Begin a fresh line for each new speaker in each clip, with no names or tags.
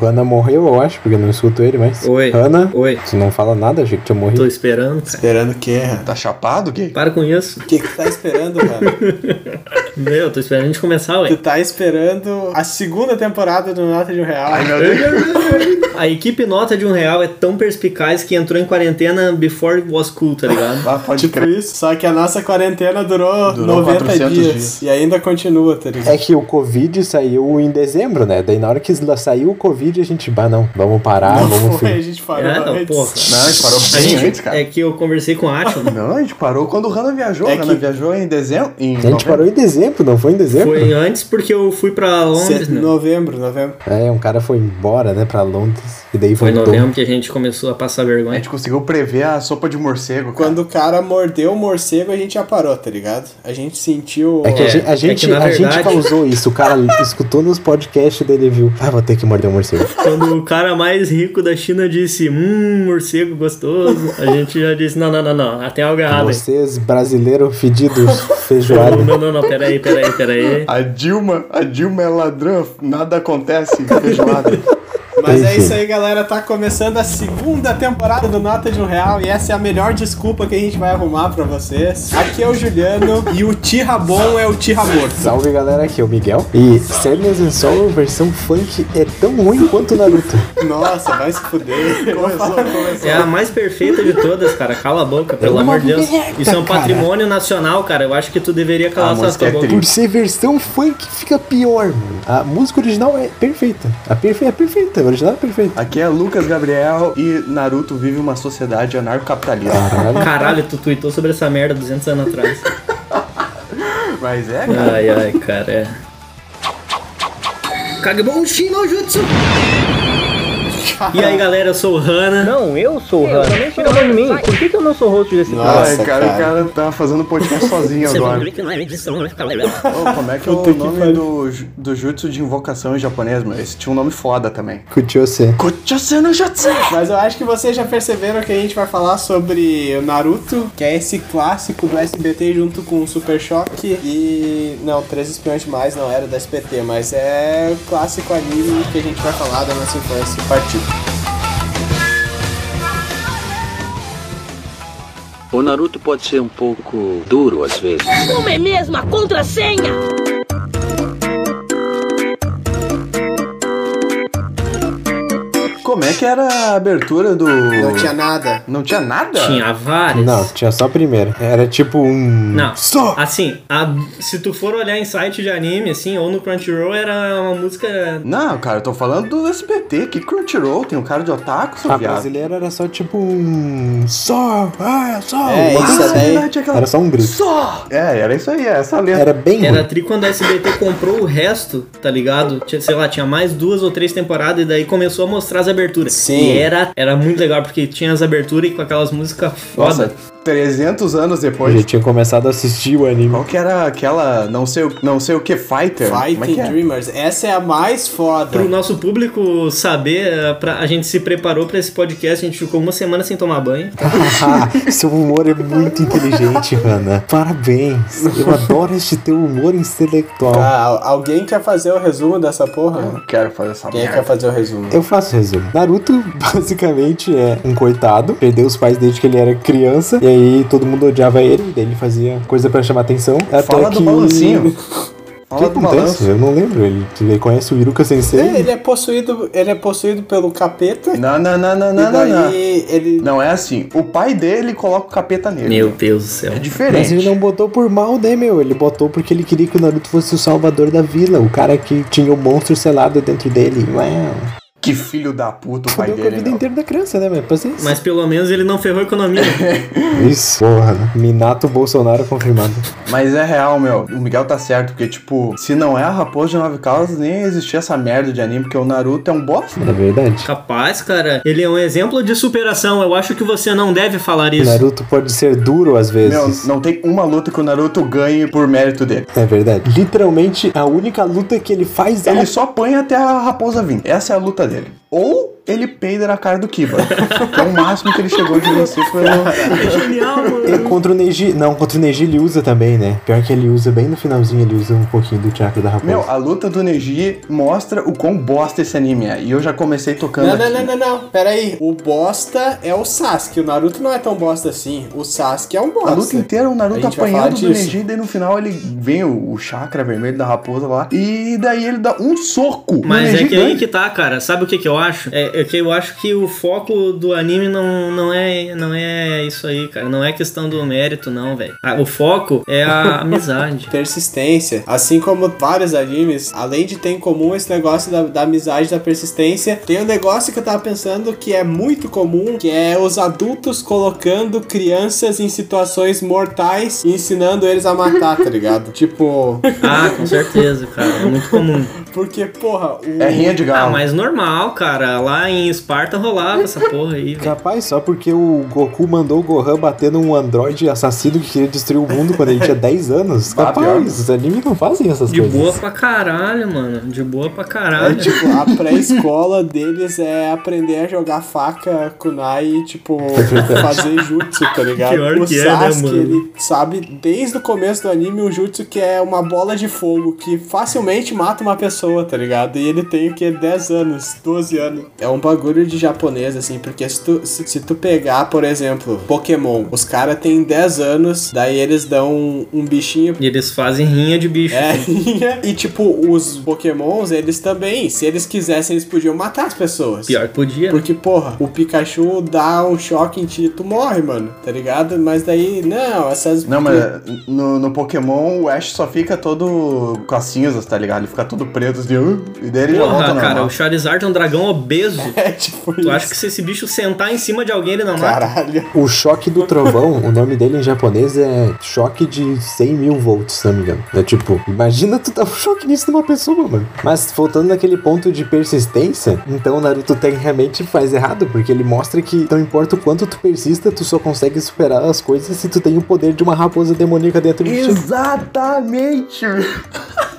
Hannah morreu, eu acho, porque eu não escuto ele mais.
Oi.
Hannah.
Oi.
Tu não fala nada, achei que tinha
Tô
morrido.
esperando, cara.
Esperando o quê? Hannah?
Tá chapado, gay?
Para com isso.
O que que tu tá esperando, Hannah?
Meu, tô esperando a gente começar, ué.
Tu tá esperando a segunda temporada do Nota de um Real.
Ai, meu Deus.
A equipe nota de um real é tão perspicaz que entrou em quarentena before it was cool, tá ligado?
Ah, pode
Tipo
crer.
isso, só que a nossa quarentena durou,
Durou
90
400
dias,
dias.
e ainda continua, tá ligado?
É que o Covid saiu em dezembro, né? Daí na hora que la- saiu o Covid, a gente, bah, não, vamos parar,
Não
vamos
foi, a
fim.
gente
É,
parou
não,
antes.
porra.
Não, a gente parou
A
bem
gente-
antes, cara.
É que eu conversei com o Atila.
Não, a gente parou quando o Hannah viajou.
É
o Hannah
que-
viajou em dezembro. Em
A gente parou em dezembro, não foi em dezembro?
Foi antes porque eu fui pra Londres,
Se-
né?
Novembro, novembro.
É, um cara foi embora, né, pra Londres. E daí
Foi em
voltou.
novembro que a gente começou a passar
A
vergonha.
gente conseguiu prever a sopa de morcego. cara.
Quando o cara mordeu o morcego, a gente já parou, tá ligado? A gente sentiu.
É que a
É,
gente, a
é
gente,
que, na
a
verdade-
gente causou isso. O cara escutou nos podcasts dele viu. Ah, vou ter que morder um morcego.
Quando o cara mais rico da China disse, hum, morcego gostoso, a gente já disse, não, não, não, não, ah, tem algo errado aí.
Vocês, brasileiros fedidos, feijoada.
Não, não, não, peraí, peraí, peraí.
A Dilma, a Dilma é ladrã, nada acontece, feijoada.
Mas é
Enfim.
isso aí, galera. Tá começando a segunda temporada do Nota de um Real e essa é a melhor desculpa que a gente vai arrumar pra vocês. Aqui é o Juliano e o Tira Bom é o Tira Morto.
Salve galera, aqui é o Miguel. E Sadness and Sorrow versão funk é tão ruim quanto Naruto.
Nossa, vai se fuder.
Começou, começou.
É a mais perfeita de todas, cara. Cala a boca, pelo amor de Deus. Isso é um patrimônio nacional, cara. Eu acho que tu deveria
A
calar suas
música é
boca.
triste.
Por ser versão funk, fica pior, mano. A música original é perfeita. A perfe é perfeita, a original é perfeita.
Aqui é Lucas Gabriel e Naruto vive uma sociedade anarcocapitalista.
Caralho.
Caralho, tu tweetou sobre essa merda 200 anos atrás.
Mas é, cara.
Ai, ai, cara, é. Kagebon Shino Jutsu! E aí, galera, eu sou o Hana.
Não, eu sou o Han. Tira a mão de mim. Por que, que eu não sou host desse
Nossa,
Ai, cara,
cara.
o cara tá fazendo podcast sozinho agora.
é
Ô, como é que é
Puta
o
que
nome
pariu.
do, ju- do jutsu de invocação em japonês, mano? Esse tinha um nome foda também.
Curtiu você.
Kochase no jutsu!
Mas eu acho que vocês já perceberam que a gente vai falar sobre o Naruto, que é esse clássico do SBT junto com o Super Choque e. Não, Três Espiões Demais não era do SBT, mas é o clássico anime que a gente vai falar da nossa infância partiu.
Tipo,
O Naruto pode ser um pouco duro às vezes.
Como é mesmo a contrassenha?
Como é que era a abertura do.
Não tinha nada.
Não tinha nada?
Tinha várias.
Não, tinha só a primeira. Era tipo um.
Não.
Só!
Assim, a- se tu for olhar em site de anime, assim, ou no Crunchyroll, era uma música.
Não, cara, eu tô falando do SBT. Que Crunchyroll? Tem um cara de otaku, seu
A
viado.
brasileira era só tipo um. Só! Ah, só!
É,
Uma-
isso daí.
Era só um grito.
Só! É, era isso aí, essa letra.
Era bem
Era
ruim.
tri quando a SBT comprou o resto, tá ligado? Tinha, sei lá, tinha mais duas ou três temporadas e daí começou a mostrar as aberturas.
Sim.
E era, era muito legal, porque tinha as aberturas e com aquelas músicas
Nossa,
foda.
300 anos
Eu já
depois.
tinha começado a assistir o anime.
Qual que era aquela não sei, o- não sei o que, Fighter? Como é
Fighting
que é?
Dreamers, essa é a mais foda.
Pro nosso público saber, eh, pra, a gente se preparou pra esse podcast, a gente ficou uma semana sem tomar banho.
Ah, seu humor é muito inteligente, Hannah. Parabéns. Eu adoro este teu humor intelectual.
Ah, al- alguém quer fazer o resumo dessa porra?
Não quero fazer essa
é
Quem
merda.
quer fazer o resumo?
Eu faço resumo. Naruto basicamente é um coitado, perdeu os pais desde que ele era criança, e aí todo mundo odiava ele, daí ele fazia coisa pra chamar atenção. Até
Fala
que...
do balancinho.
O que
Fala do
acontece?
balanço.
Eu não lembro. Ele, ele conhece o Iruka Sensei.
É, Ele é possuído, ele é possuído pelo capeta
Não, não, não, não,
e
não, não,
daí
não.
ele
Não é assim. O pai dele coloca o capeta nele.
Meu Deus do céu.
É
Mas ele
diferente.
não botou por mal, né, meu? Ele botou porque ele queria que o Naruto fosse o salvador da vila, o cara que tinha o monstro selado dentro dele. Ué,
Que filho da puta o pai
fudeu com a
dele.
vida
meu.
inteira da criança, né, meu? Paciência.
Mas pelo menos ele não ferrou a economia.
Isso. Porra, né? Minato Bolsonaro confirmado.
Mas é real, meu. O Miguel tá certo, porque, tipo, se não é a Raposa de Nove Calças, nem existia essa merda de anime, porque o Naruto é um bosta.
É verdade.
Capaz, cara, ele é um exemplo de superação. Eu acho que você não deve falar
O
isso.
Naruto pode ser duro às
Meu,
vezes.
não tem uma luta que o Naruto ganhe por mérito dele.
É verdade. Literalmente, a única luta que ele faz é
Ele só apanha até a raposa vir. Essa é a luta dele. Ou ele peida na cara do Kiba. que é o máximo que ele chegou de vencer pelo.
Genial, mano.
E contra o Neji. Não, contra o Neji ele usa também, né? Pior que ele usa bem no finalzinho, ele usa um pouquinho do chakra da raposa.
Meu, a luta do Neji mostra o quão bosta esse anime é. E eu já comecei tocando.
Não, não,
aqui.
não, não, não. Pera aí. O bosta é o Sasuke. O Naruto não é tão bosta assim. O Sasuke é um bosta.
A luta inteira, o Naruto
A gente vai falar
apanhando do
disso.
Neji, daí no final ele vem o, o chakra vermelho da raposa lá, e daí ele dá um soco. no
Mas
Neji
é que aí
grande.
que tá, cara. Sabe o que, que eu acho? É, é que eu acho que o foco do anime não, não, é, não é isso aí, cara. Não é questão do mérito, não, velho. Ah, O foco é a amizade.
Persistência. Assim como vários animes, além de ter em comum esse negócio da, da amizade, da persistência, tem um negócio que eu tava pensando que é muito comum, que é os adultos colocando crianças em situações mortais e ensinando eles a matar, tá ligado? Tipo,
Ah, com certeza, cara. É muito comum.
porque, porra, o...
É rinha de
Ah,
galo.
mas normal, cara. Lá em Esparta rolava essa porra aí, velho.
Capaz, só porque o Goku mandou o Gohan bater num androide assassino que queria destruir o mundo quando ele tinha 10 anos.
Bah, pior.
Capaz, os animes não fazem essas
De
coisas.
boa pra caralho, mano. De boa pra
É,
caralho.
tipo, a pré-escola deles é aprender a jogar faca, kunai e, tipo, fazer jutsu, tá ligado?
Pior
o
que é, né,
Sasuke,
mano?
ele sabe desde o começo do anime o jutsu que é uma bola de fogo que facilmente mata uma pessoa, tá ligado? E ele tem o que? 10 anos, 12 anos. É um bagulho de japonês, assim, porque se tu, se, se tu pegar, por exemplo, Pokémon, os caras têm 10 anos, daí eles dão um, um bichinho
E eles fazem rinha de bicho. assim.
é, e tipo, os pokémons, eles também, se eles quisessem, eles podiam matar as pessoas.
Pior que podia. né?
Porque, porra, o Pikachu dá um choque em ti e tu morre, mano, tá ligado? Mas daí, não, essas...
Não, mas no, no Pokémon o Ash só fica todo com as cinzas, tá ligado? Ele fica todo preto, assim, "Uh", e daí ele já volta
Porra,
normal.
cara. O Charizard é um dragão obeso.
É, tipo
Tu acha que se esse bicho sentar em cima de alguém, ele não mata?
Caralho.
O choque do trovão, o nome dele em japonês é choque de 100 mil volts, se não me engano. É tipo, imagina tu dar um choque nisso numa pessoa, mano. Mas voltando naquele ponto de persistência, então o Naruto tecnicamente faz errado, porque ele mostra que não importa o quanto tu persista, tu só consegue superar as coisas se tu tem o poder de uma raposa demoníaca dentro de ti.
Exatamente!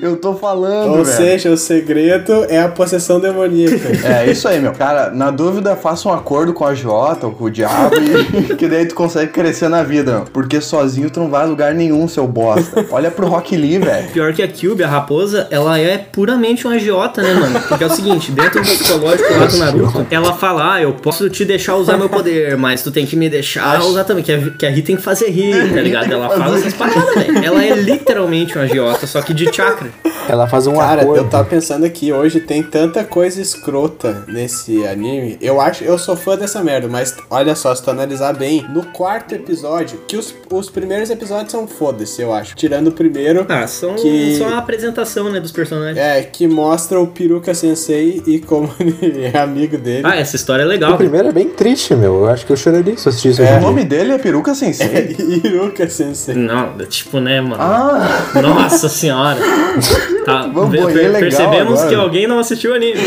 eu tô falando,
Ou
velho.
seja, o segredo é a possessão demoníaca.
É isso aí, meu. Cara, na dúvida, faça um acordo com a Jota ou com o diabo, e- que daí tu consegue crescer na vida, meu. Porque sozinho tu não vai a lugar nenhum, seu bosta. Olha pro Rock Lee, velho.
Pior que a Cube, a raposa, ela é puramente um agiota, né, mano? Porque é o seguinte, dentro do psicológico lá do Naruto, ela fala, ah, eu posso te deixar usar meu poder, mas tu tem que me deixar usar também, que a, Vi- que a Ri tem que fazer
É.
rir, tá ligado? Ela fala essas paradas, velho. Ela é literalmente um agiota, só que de chakra.
Ela faz um
Cara,
acordo.
eu tava pensando aqui, hoje tem tanta coisa escrota nesse anime. Eu acho, eu sou fã dessa merda, mas olha só, se tu analisar bem, no quarto episódio, que os, os primeiros episódios são foda-se, eu acho. Tirando o primeiro,
Ah, são
Que-
só a apresentação, né, dos personagens.
é, que mostra o Peruca Sensei e como ele é amigo dele.
Ah, essa história é
O
legal. velho.
primeiro é bem triste, meu. Eu acho que eu choraria se eu assistisse hoje
O
em dia.
nome dele é Peruca
É,
Sensei.
Iruka Sensei.
Não, tipo, né, mano?
Ah,
Nossa senhora. Tá,
Vamos
per-
morrer
per-
legal
percebemos
agora.
que alguém não assistiu o anime.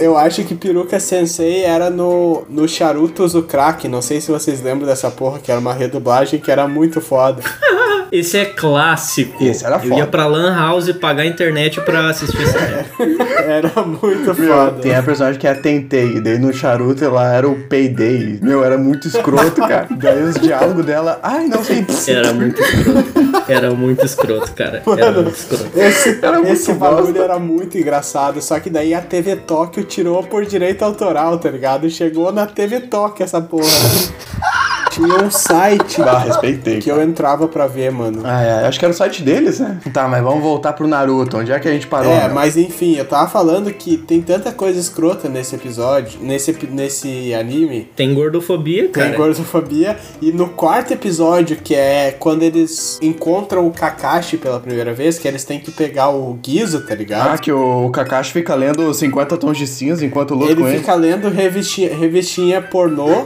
Eu acho que Peruca Sensei era no, no Charutos o Crack. Não sei se vocês lembram dessa porra, que era uma redublagem que era muito foda.
Esse é clássico.
Esse era
Eu
foda.
ia pra Lan House pagar a internet pra assistir esse anime.
Era muito
meu,
foda.
tem a personagem que é a Tentei, e daí no charuto ela era o Payday. Meu, era muito escroto, cara. Daí os diálogos dela, ai, não sei.
Era muito escroto. Era muito escroto, cara. Era muito escroto.
Esse,
Era muito
esse bagulho
bosta.
era muito engraçado, só que daí a TV Tóquio tirou por direito autoral, tá ligado? Chegou na TV Tóquio essa porra. Tinha um site
Ah, respeitei.
que eu entrava pra ver, mano.
Ah, é, acho que era o site deles, né? Tá, mas vamos voltar pro Naruto. Onde é que a gente parou?
É,
meu?
mas enfim, eu tava falando que tem tanta coisa escrota nesse episódio, nesse, epi- nesse anime,
Tem gordofobia,
Tem
cara.
gordofobia. E no quarto episódio, que é quando eles encontram o Kakashi pela primeira vez, que eles têm que pegar o Guizo, tá ligado?
Ah, que o Kakashi fica lendo 50 tons de cinza enquanto luta
Ele
com ele.
fica lendo revistinha, revistinha pornô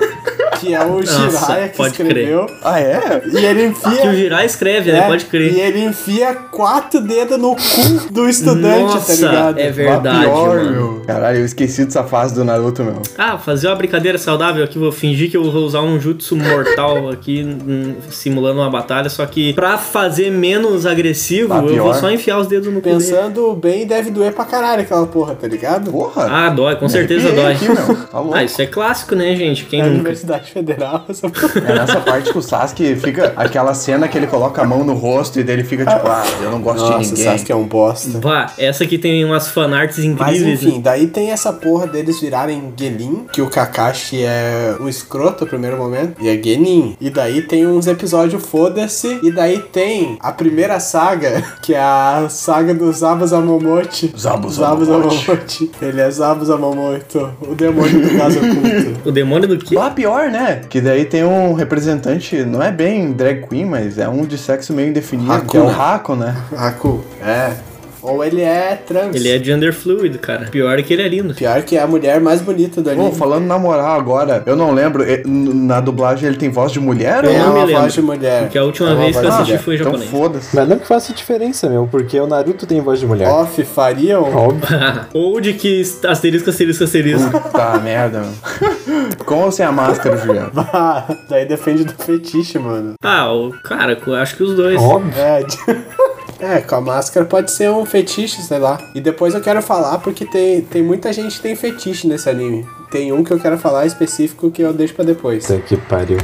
que é o Jiraiya que
pode
escreveu.
Ah, é?
E ele enfia.
Que o Jirá escreve,
É,
né? Pode
E
crer.
ele enfia quatro dedos no cu do estudante,
Nossa,
tá ligado?
é verdade,
Pior,
mano.
meu. Caralho, eu esqueci dessa fase do Naruto, meu.
Ah, fazer uma brincadeira saudável aqui, vou fingir que eu vou usar um jutsu mortal aqui, hum, simulando uma batalha, só que pra fazer menos agressivo,
Ah,
eu
pior.
vou só enfiar os dedos no cu dele.
Pensando bem, deve doer pra caralho aquela porra, tá ligado?
Porra!
Ah, dói, com certeza
arrepiei
dói.
Aqui, meu. Tá louco.
Ah, isso é clássico, né, gente? Quem
Na
nunca?
Universidade Federal, essa porra.
É nessa parte que o Sasuke fica. Aquela cena que ele coloca a mão no rosto e daí ele fica tipo, ah, eu não gosto de
Nossa, o
ninguém.
Sasuke é um bosta.
Vá, essa aqui tem umas fanarts
um
Mas
incríveis. né?
enfim, daí tem essa porra deles virarem Genin, que o Kakashi é um escroto no primeiro momento, e é Genin. E daí tem uns episódios foda-se, e daí tem a primeira saga, que é a saga do Zabuzamomote.
Zabu Zamomote.
Zabuzamomote. Ele é Zabuzamomote, o demônio do caso oculto.
O demônio do quê?
Lá pior, né? Que daí tem um representante, não é bem drag queen, mas é um de sexo meio indefinido, que é o Raco, né?
Haku, é. Ou ele é trans.
Ele é gender fluid, cara. Pior é que ele é lindo.
Pior que é a mulher mais bonita do
Bom,
anime.
falando na moral agora, eu não lembro, eh, n- na dublagem ele tem voz de mulher
é
eu não me
uma
lembro,
voz de mulher.
Porque a última
É uma
vez que eu
voz de
assisti
mulher.
foi em
Então
japonês.
foda-se.
Mas não que faça diferença, meu, porque o Naruto tem voz de mulher.
Off fariam?
Óbvio.
Ou de que asterisco, asterisco,
Hum.
asterisco.
Tá, merda, meu. Com ou sem a máscara, Juliano?
Ah, daí depende do fetiche, mano.
Ah, o, cara, eu acho que os dois.
Óbvio.
É, de- é, com a máscara pode ser um fetiche, sei lá. E depois eu quero falar porque tem, tem muita gente que tem fetiche nesse anime. Tem um que eu quero falar específico que eu deixo pra depois.
Puta que pariu.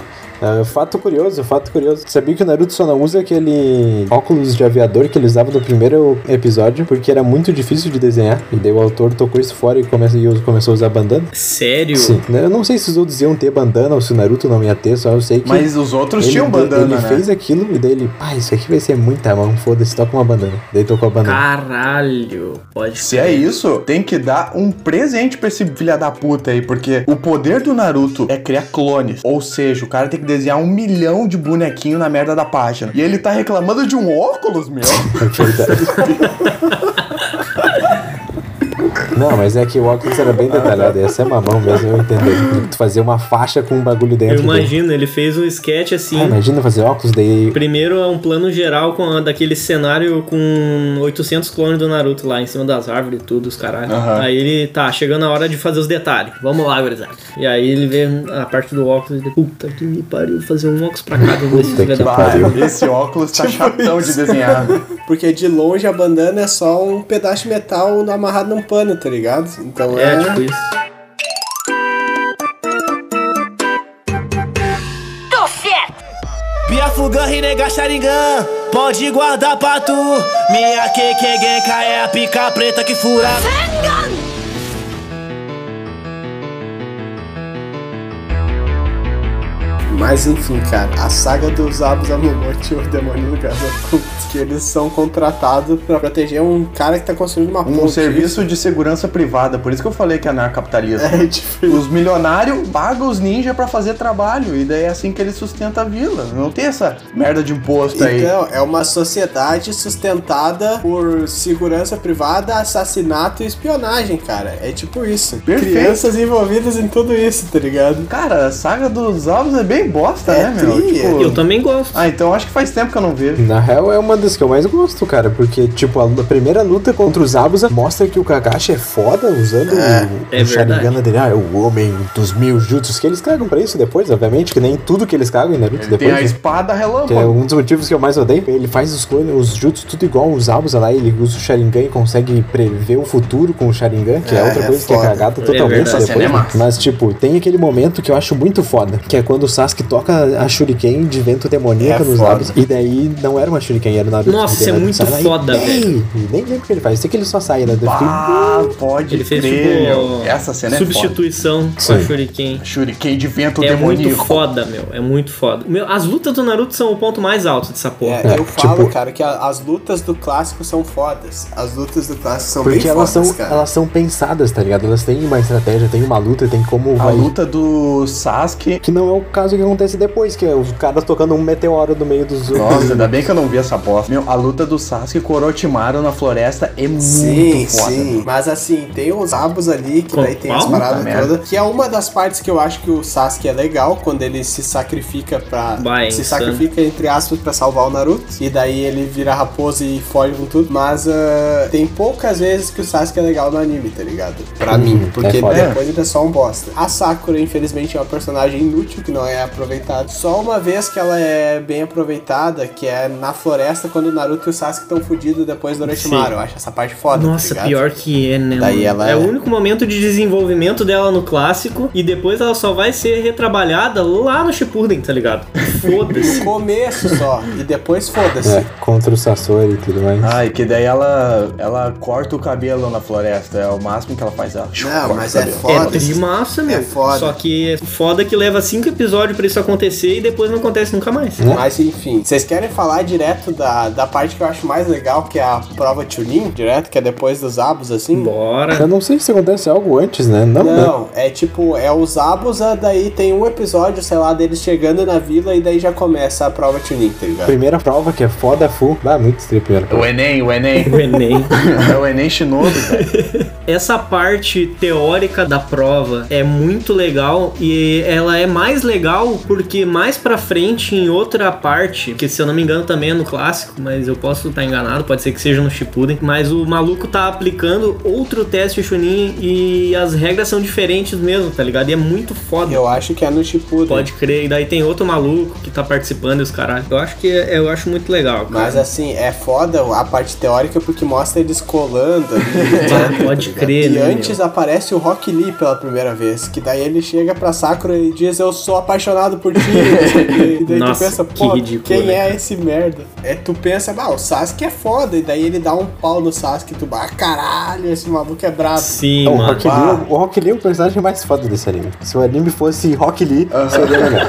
Ah, fato curioso, fato curioso. Sabia que o Naruto só não usa aquele óculos de aviador que ele usava no primeiro episódio, porque era muito difícil de desenhar. E daí o autor tocou isso fora e, começa, e começou a usar bandana.
Sério?
Sim. né? Eu não sei se os outros iam ter bandana ou se o Naruto não ia ter, só eu sei que.
Mas os outros
ele,
tinham bandana,
ele
né?
fez aquilo e daí ele, pá, isso aqui vai ser muita mão, foda-se, toca uma bandana. Daí tocou a bandana.
Caralho. Pode
Se é isso, tem que dar um presente pra esse filha da puta aí, porque o poder do Naruto é criar clones. Ou seja, o cara tem que desenhar um milhão de bonequinho na merda da página. E ele tá reclamando de um óculos, meu.
Não, mas é que o óculos era bem detalhado, ia ser mamão mesmo, eu entendi. Tu fazia uma faixa com um bagulho
Eu
dentro. dele.
imagino, ele fez um sketch assim.
Ah, imagina fazer óculos, daí
Primeiro é um plano geral com a- daquele cenário com 800 clones do Naruto lá em cima das árvores e tudo, os caralho.
Aham.
Aí ele tá, chegando a hora de fazer os detalhes. Vamos lá, gurizada. E aí ele vê a parte do óculos e ele, puta que me pariu, fazer um óculos pra cada um desses
Puta que
filha da
pariu.
puta."
Vai, esse óculos tá
Tipo
chatão de desenhar.
Porque de longe a bandana é só um pedaço de metal amarrado num pano, tá ligado? Então é.
É, tipo isso.
Tô certo!
Byafugan, Rinnegan, Sharingan Pode guardar pra tu Minha Kekegenka é a pica preta que fura
Mas enfim, cara, a saga dos Zabuzamomote e o demônio do caso oculto, que eles são contratados pra proteger um cara que tá construindo uma
Um
ponte.
serviço de segurança privada. Por isso que eu falei que é anarcapitalismo.
É, tipo,
Os milionários pagam os ninjas pra fazer trabalho. E daí é assim que eles sustentam a vila. Não tem essa merda de imposto aí.
Então, é uma sociedade sustentada por segurança privada, assassinato e espionagem, cara. É tipo isso.
Perfeito.
Crianças envolvidas em tudo isso, tá ligado?
Cara, a saga dos ovos é bem bosta,
É
né, meu?
tri, é.
Eu também gosto.
Ah, então acho que faz tempo que eu não vejo.
Na real, é uma das que eu mais gosto, cara, porque, tipo, a, lu- a primeira luta contra os Abusa mostra que o Kakashi é foda usando o,
é
o Sharingan
verdade.
dele. Ah, é o homem dos mil jutsus, que eles cagam pra isso depois, obviamente, que nem tudo que eles cagam em
É,
Naruto
Tem
depois.
a
né?
espada
Que é
Então
relâmpago.
um dos motivos que eu mais odeio. Ele faz os clones, os jutsus tudo igual os Abusa lá, ele usa o Sharingan e consegue prever o futuro com o Sharingan, que é,
É,
outra
é
coisa que é
foda.
cagada
É
totalmente
verdade.
depois. né? Mas, tipo, tem aquele momento que eu acho muito foda, que é quando o Sasuke toca a Shuriken de vento demoníaco
É
nos
foda.
lábios. E daí não era uma Shuriken, era o Naruto.
Nossa,
Daí o
é
Naruto
muito
sai lá e-
foda,
Ei!
velho.
Nem lembro o que ele faz, sei que ele só sai, né? Eu fiquei-
Ah, pode
Ele fez
crer,
tipo
meu. Essa cena é foda.
substituição com a
Sim.
Shuriken.
Shuriken de vento
É muito
demoníaco.
foda, meu. É muito foda. Meu, as lutas do Naruto são o ponto mais alto dessa porra.
É, eu
tipo-
falo, cara, que a- as lutas do clássico são fodas. As lutas do clássico são
Porque
bem
elas são,
fodas, cara.
elas são pensadas, tá ligado? Elas têm uma estratégia, tem uma luta, tem como
A
vai-
luta do Sasuke
Que não é o caso que acontece depois, que é o cara tocando um meteoro no meio dos
Nossa, ainda bem que eu não vi essa bosta. Meu, a luta do Sasuke com o Orochimaru na floresta é
Sim,
muito foda.
sim. Mas assim, tem uns abos ali, que
Com
daí tem as
palma?
paradas
Puta merda.
todas. Que é uma das partes que eu acho que o Sasuke é legal, quando ele se sacrifica pra.
Vai,
se
insano.
sacrifica, entre aspas, pra salvar o Naruto. E daí ele vira raposa e foge com tudo. Mas ah, tem poucas vezes que o Sasuke é legal no anime, tá ligado? Pra
Hum,
mim. Porque
é foda.
depois ele é só um bosta. A Sakura, infelizmente, é uma personagem inútil que não é aproveitada. Só uma vez que ela é bem aproveitada, que é na floresta, quando o Naruto e o Sasuke estão fudidos depois do Orochimaru. Eu acho essa parte foda. tá
Nossa,
ligado?
pior que é, né?
Daí
mano?
ela
é o
é-
único momento de desenvolvimento dela no clássico e depois ela só vai ser retrabalhada lá no Shippuden, tá ligado? Foda-se.
No começo só, e depois foda-se.
É, contra o Sasori e tudo mais.
Ai, que daí ela, ela corta o cabelo na floresta. É o máximo que ela faz. Ela corta
Não, mas
o
é
cabelo.
É
foda.
de massa, meu.
É foda.
Só que é foda que leva cinco episódios pra isso acontecer e depois não acontece nunca mais.
Mas enfim, vocês querem falar direto da, da parte que eu acho mais legal, que é a prova Chunin, direto, que é depois dos abos, assim?
Bora.
Eu não sei se acontece algo antes, né? Não, né?
Não, é tipo, é os Abusa, daí tem um episódio, sei lá, deles chegando na vila e daí já começa a prova Chunin, tá ligado?
Primeira prova que é foda full. Ah, muito strip, primeira prova.
O Enem, o Enem.
O Enem.
é o Enem Shinobi, velho.
Essa parte teórica da prova é muito legal e ela é mais legal porque mais pra frente em outra parte, que se eu não me engano também é no clássico, mas eu posso estar enganado, pode ser que seja no Shippuden, mas o maluco tá aplicando outro teste Chunin e as regras são diferentes mesmo, tá ligado? E é muito foda.
Eu acho que é no Shippuden.
Pode crer, e daí tem outro maluco que tá participando e os caralho. Eu acho que é, eu acho muito legal, cara.
Mas assim, é foda a parte teórica porque mostra eles colando. ali, etc,
pode
tá ligado?
crer,
E
né,
antes aparece o Rock Lee pela primeira vez, que daí ele chega pra Sakura e diz: Eu sou apaixonado por ti. e daí
Nossa,
tu pensa:
que
Pô,
ridículo,
quem
né,
é
cara?"
esse merda? É, tu pensa: Bah, o Sasuke é foda. E daí ele dá um pau no Sasuke. Tu, bah, caralho, esse maluco é brabo.
Sim,
Não, o,
mano.
Rock Lee, o Rock Lee é o personagem mais foda desse anime. Se o anime fosse Rock Lee, seria legal.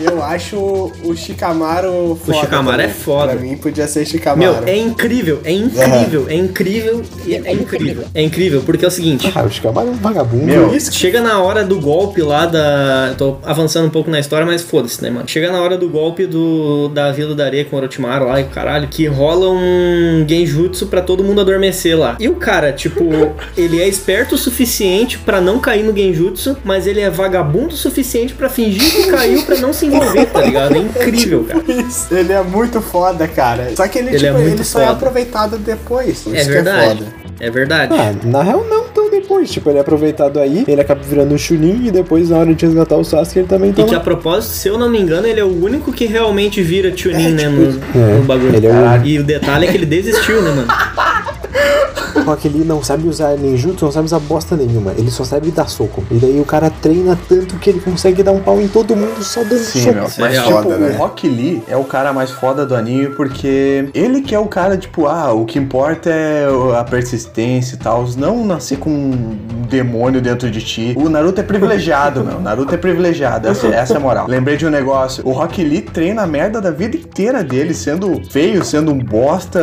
Eu acho o Shikamaru foda.
Shikamaru
também.
é foda.
Pra mim podia ser Shikamaru.
Meu, é incrível, é incrível, é incrível, e é incrível. É incrível, porque é o seguinte.
Ah, o Shikamaru é um vagabundo.
Meu,
Chega na hora do golpe lá da. eu Tô avançando um pouco na história, mas foda-se, né, mano? Chega na hora do golpe do da Vila da Areia com o Orochimaru lá e o caralho, que rola um genjutsu pra todo mundo adormecer lá. E o cara, tipo, ele é esperto o suficiente pra não cair no genjutsu, mas ele é vagabundo o suficiente pra fingir que caiu pra não se envolver, tá ligado? É incrível, cara.
Isso, Ele é muito foda, cara. Só que ele,
Ele
tipo,
é muito
ele só é
foda.
aproveitado depois. Isso
É
que
verdade.
É foda.
É verdade.
Ah, na real não tão depois. Tipo, ele é aproveitado aí, ele acaba virando o Chunin e depois na hora de resgatar o Sasuke ele também tá
E que a
lá.
propósito, se eu não me engano, ele é o único que realmente vira tuning, né? No,
é,
no bagulho.
ele é o-
Caralho. E o detalhe é que ele desistiu, né, mano?
O Rock Lee não sabe usar ninjutsu, não sabe usar bosta nenhuma. Ele só sabe dar soco. E daí o cara treina tanto que ele consegue dar um pau em todo mundo só dando
Sim,
soco.
meu. Mas,
Isso é
tipo,
foda, né?
o Rock Lee é o cara mais foda do anime porque ele que é o cara, tipo, ah, o que importa é o- a persistência e tal. Não nascer com um demônio dentro de ti. O Naruto é privilegiado, meu. O Naruto é privilegiado. Essa, essa é a moral. Lembrei de um negócio. O Rock Lee treina a merda da vida inteira dele, sendo feio, sendo um bosta,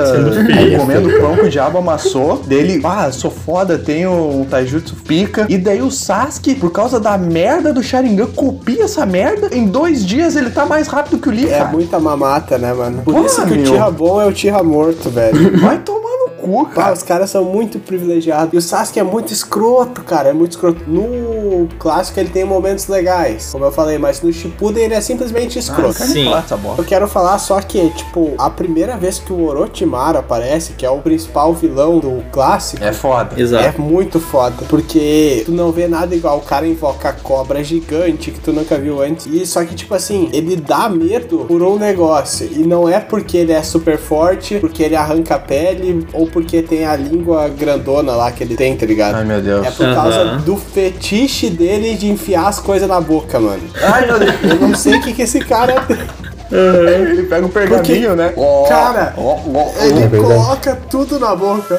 comendo pão que o diabo amassou. Dele, ah, sou foda, tenho um taijutsu pica. E daí o Sasuke, por causa da merda do Sharingan, copia essa merda. Em dois dias ele tá mais rápido que o Lee,
É
cara.
muita mamata, né, mano? Por
Porra,
isso que o
meu.
Tira bom é o Tira morto, velho.
Vai tomar no cu,
Pá,
cara.
os caras são muito privilegiados. E o Sasuke é muito escroto, cara. É muito escroto. No clássico ele tem momentos legais, como eu falei, mas no Shippuden ele é simplesmente escroto.
cara, Sim.
Fala essa bosta.
Eu quero falar só que, tipo, a primeira vez que o Orochimaru aparece, que é o principal vilão do clássico,
É foda.
Exato.
É muito foda, porque tu não vê nada igual. O cara invoca a cobra gigante que tu nunca viu antes. E só que, tipo assim, ele dá medo por um negócio. E não é porque ele é super forte, porque ele arranca a pele, ou porque tem a língua grandona lá que ele tem, tá ligado?
Ai, meu
É
Deus.
por causa
Aham.
do fetiche dele de enfiar as coisas na boca, mano.
Ai, meu Deus.
Eu não sei o que, que esse cara tem.
Ele pega um pergaminho,
Porque,
né?
cara,
ó, ó, ó.
Ele
É verdade.
coloca tudo na boca.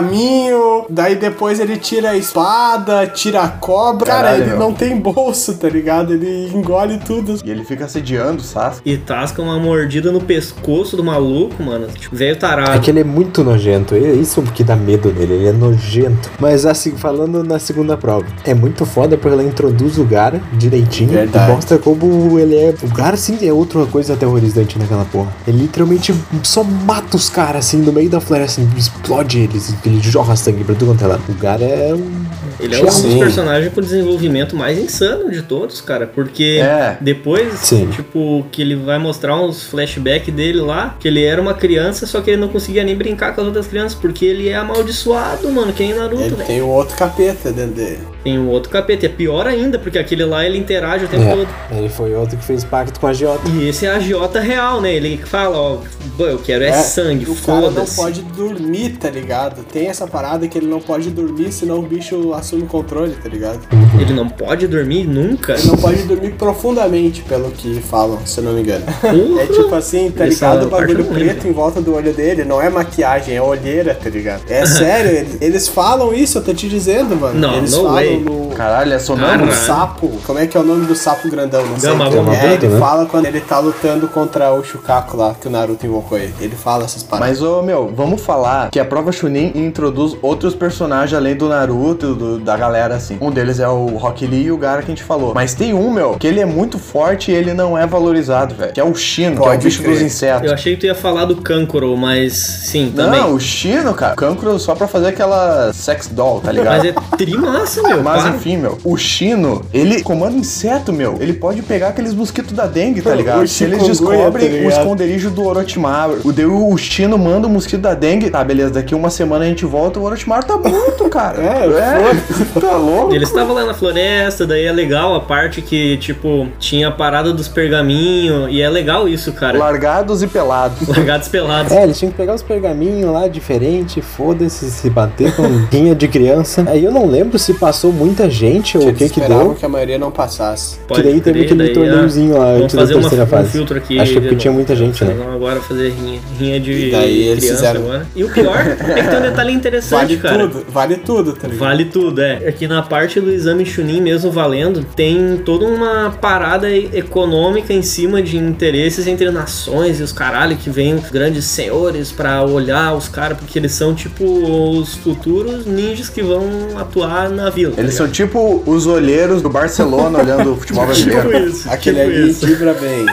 Pergaminho, daí depois ele tira a espada, tira a cobra. cara,
Caralho,
ele
meu.
não tem bolso, tá ligado? Ele engole tudo.
E ele fica assediando o Sasuke.
E tasca uma mordida no pescoço do maluco, mano. Tipo, velho
É
tarado.
que ele é muito nojento, é isso que dá medo nele, ele é nojento. Mas assim, falando na segunda prova, é muito foda porque ela introduz o Gara direitinho
Verdade.
e mostra como ele é. O Gara sim é outra coisa aterrorizante naquela porra. Ele literalmente só mata os caras assim no meio da floresta, assim, explode eles, ele jorra sangue pra tudo quanto é lado. O Gara é um.
Ele é um dos
Sim.
personagens com desenvolvimento mais insano de todos, cara. Porque
É.
depois,
Sim.
tipo, que ele vai mostrar uns flashbacks dele lá, que ele era uma criança, só que ele não conseguia nem brincar com as outras crianças, porque ele é amaldiçoado, mano, que nem Naruto,
Ele
velho.
tem o outro capeta dentro dele.
Tem um outro capeta, é pior ainda, porque aquele lá ele interage o tempo
É.
todo.
Ele foi outro que fez pacto com a Giota.
E esse é a agiota real, né? Ele que fala, ó, "Bô, eu quero é,
É,
sangue,
O cara não
foda-se.
pode dormir, tá ligado? Tem essa parada que ele não pode dormir, senão o bicho assume o controle, tá ligado?
Ele não pode dormir nunca.
Ele não pode dormir profundamente, pelo que falam, se eu não me engano.
Porra.
É tipo assim, tá
Essa
ligado? O
parte eu
bagulho
não
preto
lembro.
em volta do olho dele não é maquiagem, é olheira, tá ligado? É sério, ele- eles falam isso, eu tô te dizendo, mano.
Não,
eles
no
falam
way.
no.
Caralho, é
O
sonâmbulo.
Caralho.
sapo, como é que é o nome do sapo grandão? Não sei.
Gama-
que é.
Gama
é,
Bruto,
ele
né?
fala quando ele tá lutando contra o Shukaku lá, que o Naruto invocou ele. Ele fala essas paradas.
Mas, ô, meu, vamos falar que a prova Chunin introduz outros personagens além do Naruto, do- da galera, assim. Um deles é o Rock Lee e o Gara que a gente falou. Mas tem um, meu, que ele é muito forte e ele não é valorizado, velho. Que é o Shino, que é o
Pode
bicho
crer.
dos insetos.
Eu achei que tu ia falar do Cancro, mas sim, também.
Não, o Shino, cara, cancro só pra fazer aquela sex doll, tá ligado?
Mas é trimassa, meu.
Mas
para.
enfim, meu, o Chino, ele comanda inseto, meu. Ele pode pegar aqueles mosquitos da dengue, tá
O
ligado? Se eles
chikungunya,
descobrem
tá
o
ligado?
esconderijo do Orochimaru. O, daí o Chino manda o mosquito da dengue. Tá, beleza, daqui uma semana a gente volta, o Orochimaru tá morto, cara.
É,
tá louco.
Ele estava lá na floresta, daí é legal a parte que, tipo, tinha a parada dos pergaminhos, e é legal isso, cara.
Largados e pelados.
Largados pelados.
É, eles tinham que pegar os pergaminhos lá diferente, foda-se, se bater com linha de criança. Aí eu não lembro se passou muita gente ou o
Eles
que que
esperavam
deu.
que a maioria não passasse.
Que daí teve aquele
daí, ah,
torneiozinho lá
Vamos
antes da
fazer uma-
terceira
um
fase.
filtro aqui.
Acho que é
né,
tinha muita gente,
nós
né?
Vamos agora fazer rinha, rinha de
E daí eles
criança
fizeram.
agora. E o pior é que tem um detalhe interessante,
Vale
cara.
tudo, vale tudo, tá ligado?
Vale tudo, é. Aqui na parte do exame Chunin, mesmo valendo, tem toda uma parada e- econômica em cima de interesses entre nações e os caralho que vêm os grandes senhores pra olhar os caras, porque eles são tipo os futuros ninjas que vão atuar na vila. tá
Eles são
ligado?
tipo os olheiros do Barcelona olhando o futebol brasileiro.
Tipo isso.
Aquele
tipo
ali
isso.
vibra bem.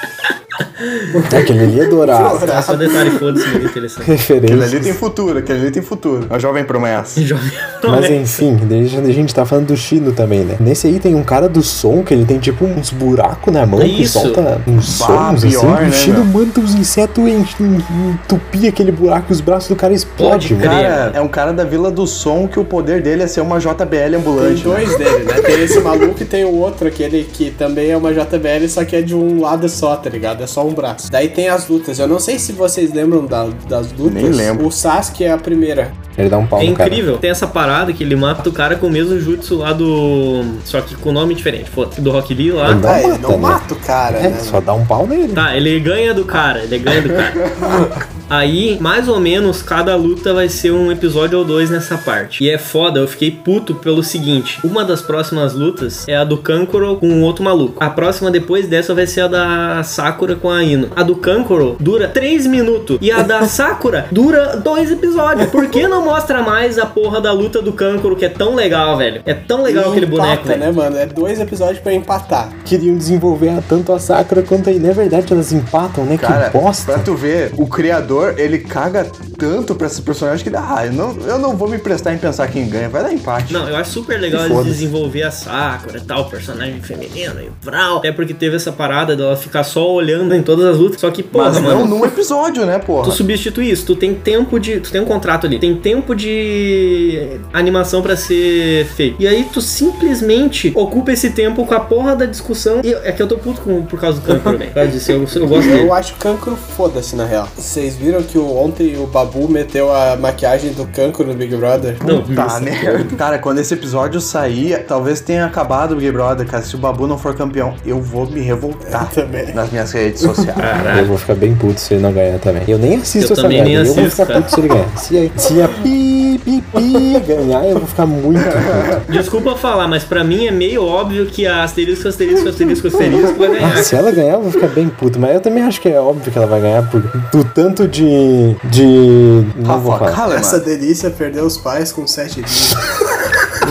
Aquele ali é dourado.
Tá, só detalhe, foda-se, muito interessante.
Aquele ali tem
Referência.
futuro, aquele ali tem futuro. A jovem promessa.
Jovem
Mas enfim, deixa- a gente tá falando do Chino também, né? Nesse aí tem um cara do som que ele tem tipo uns buracos na mão que
É Isso.
solta uns
Bah,
sons
pior,
assim.
né,
o Chino
meu?
manda os insetos e en- en- entupir aquele buraco e os braços do cara né?
Pode
explodem,
crer.
mano.
Cara, é um cara da Vila do Som que o poder dele é ser uma JBL
Tem
ambulante. né?
dois dele, né? Tem esse maluco e tem o outro, aquele que também é uma JBL, só que é de um lado só, tá ligado? É só um braço. Daí tem as lutas. Eu não sei se vocês lembram da- das lutas.
Nem lembro.
O Sasuke é a primeira.
Ele dá um pau
É
no cara.
incrível. Tem essa parada que ele mata o cara com o mesmo jutsu lá do. Só que com nome diferente. foda-se, Do Rock Lee lá.
Ele dá- Não
ah, ele
mata,
não
né?
mata o cara,
É,
né?
só dá um pau nele.
Tá, ele ganha do cara, ele ganha do cara. Aí, mais ou menos, cada luta vai ser um episódio ou dois nessa parte. E é foda, eu fiquei puto pelo seguinte: uma das próximas lutas é a do Kankoro com o outro maluco. A próxima depois dessa vai ser a da Sakura com a Ino. A do Kankoro dura 3 minutos e a da Sakura dura dois episódios. Por que não mostra mais a porra da luta do Kankoro que é tão legal, velho? É tão legal
Ele
aquele
empata,
boneco, velho.
né, mano? É dois episódios pra empatar.
Queriam desenvolver a- tanto a Sakura quanto a Ina. É verdade, elas empatam, né?
Cara,
que bosta.
pra tu ver, o criador, ele caga tanto pra esse personagem que ele, ah, eu não, eu não vou me prestar em pensar quem ganha, vai dar empate.
Não, eu acho super legal
E
eles
foda-se.
desenvolver a Sakura e tal, personagem feminino e tal. Até porque teve essa parada dela ficar só olhando em todas as lutas. Só que, porra,
Mas
mano.
não num episódio, né, porra?
Tu substitui isso, tu tem tempo de. Tu tem um contrato ali, tem tempo de animação pra ser feito. E aí tu simplesmente ocupa esse tempo com a porra da discussão. E é que Tá, eu tô puto com, por causa do Cancro, velho. Por causa disso, eu, eu gosto dele.
Eu acho o cancro foda-se, na real. Vocês viram que o- ontem o Babu meteu a maquiagem do Kanko no Big Brother?
Não,
Tá, né? Cara, quando esse episódio sair, talvez tenha acabado o Big Brother, cara. Se o Babu não for campeão, eu vou me revoltar
também.
nas minhas redes sociais.
Eu vou ficar bem puto se ele não ganhar também. Eu nem assisto
Eu
essa
também
merda.
nem
eu vou
assisto,
ficar
cara.
puto se ele ganhar. Se a, se a pi, pi, pi ganhar, eu vou ficar muito puto.
Desculpa falar, mas pra mim é meio óbvio que a asterisco, asterisco, asterisco, asterisco vai
Ah,
ganhar.
se ela ganhar, eu vou ficar bem puto. Mas eu também acho que é óbvio que ela vai ganhar por, do tanto de. de. Não vou
Rafa,
falar.
cala,
Essa
mano.
delícia perdeu os pais com 7 dias.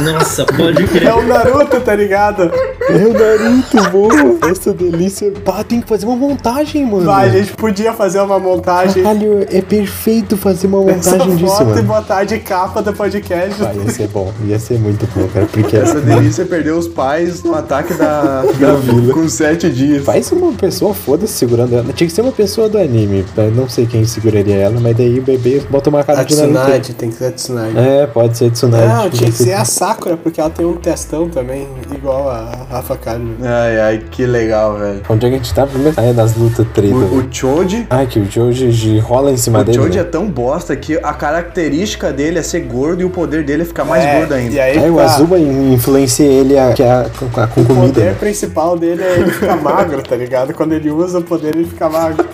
Nossa, pode crer.
É o Naruto, tá ligado?
Meu É Naruto, boa! Essa delícia. Pá, tem que fazer uma montagem, mano.
Vai, a gente podia fazer uma montagem
Caralho, é perfeito fazer uma
dessa
montagem disso,
foto e
mano.
botar de capa do podcast.
Ah, ia ser bom, ia ser muito bom, cara, porque assim,
Essa delícia perdeu os pais no ataque da,
Da vila.
com sete dias.
Faz uma pessoa foda-se segurando ela. Tinha que ser uma pessoa do anime. Eu não sei quem seguraria ela, mas daí o bebê bota uma cara
A
de Naruto.
Tsunade, tem que ser a Tsunade.
É, tipo, pode ser Tsunade.
Não, tinha que ser a Sakura, porque ela tem um testão também, igual a Rafa Carne.
Ai, ai, que legal, velho.
Onde é que a gente tá primeiro? Ah, é nas lutas treta.
O,
velho.
o Choji.
Ah, que o Joji Ji rola em cima
O
dele.
Choji é
né?
tão bosta que a característica dele é ser gordo e o poder dele é ficar mais
É,
gordo ainda.
E aí,
Aí o
tá,
Azuba influencia ele a, que é a- com, a- com
o
comida.
poder
né?
principal dele é ele ficar magro, tá ligado? Quando ele usa o poder, ele fica magro.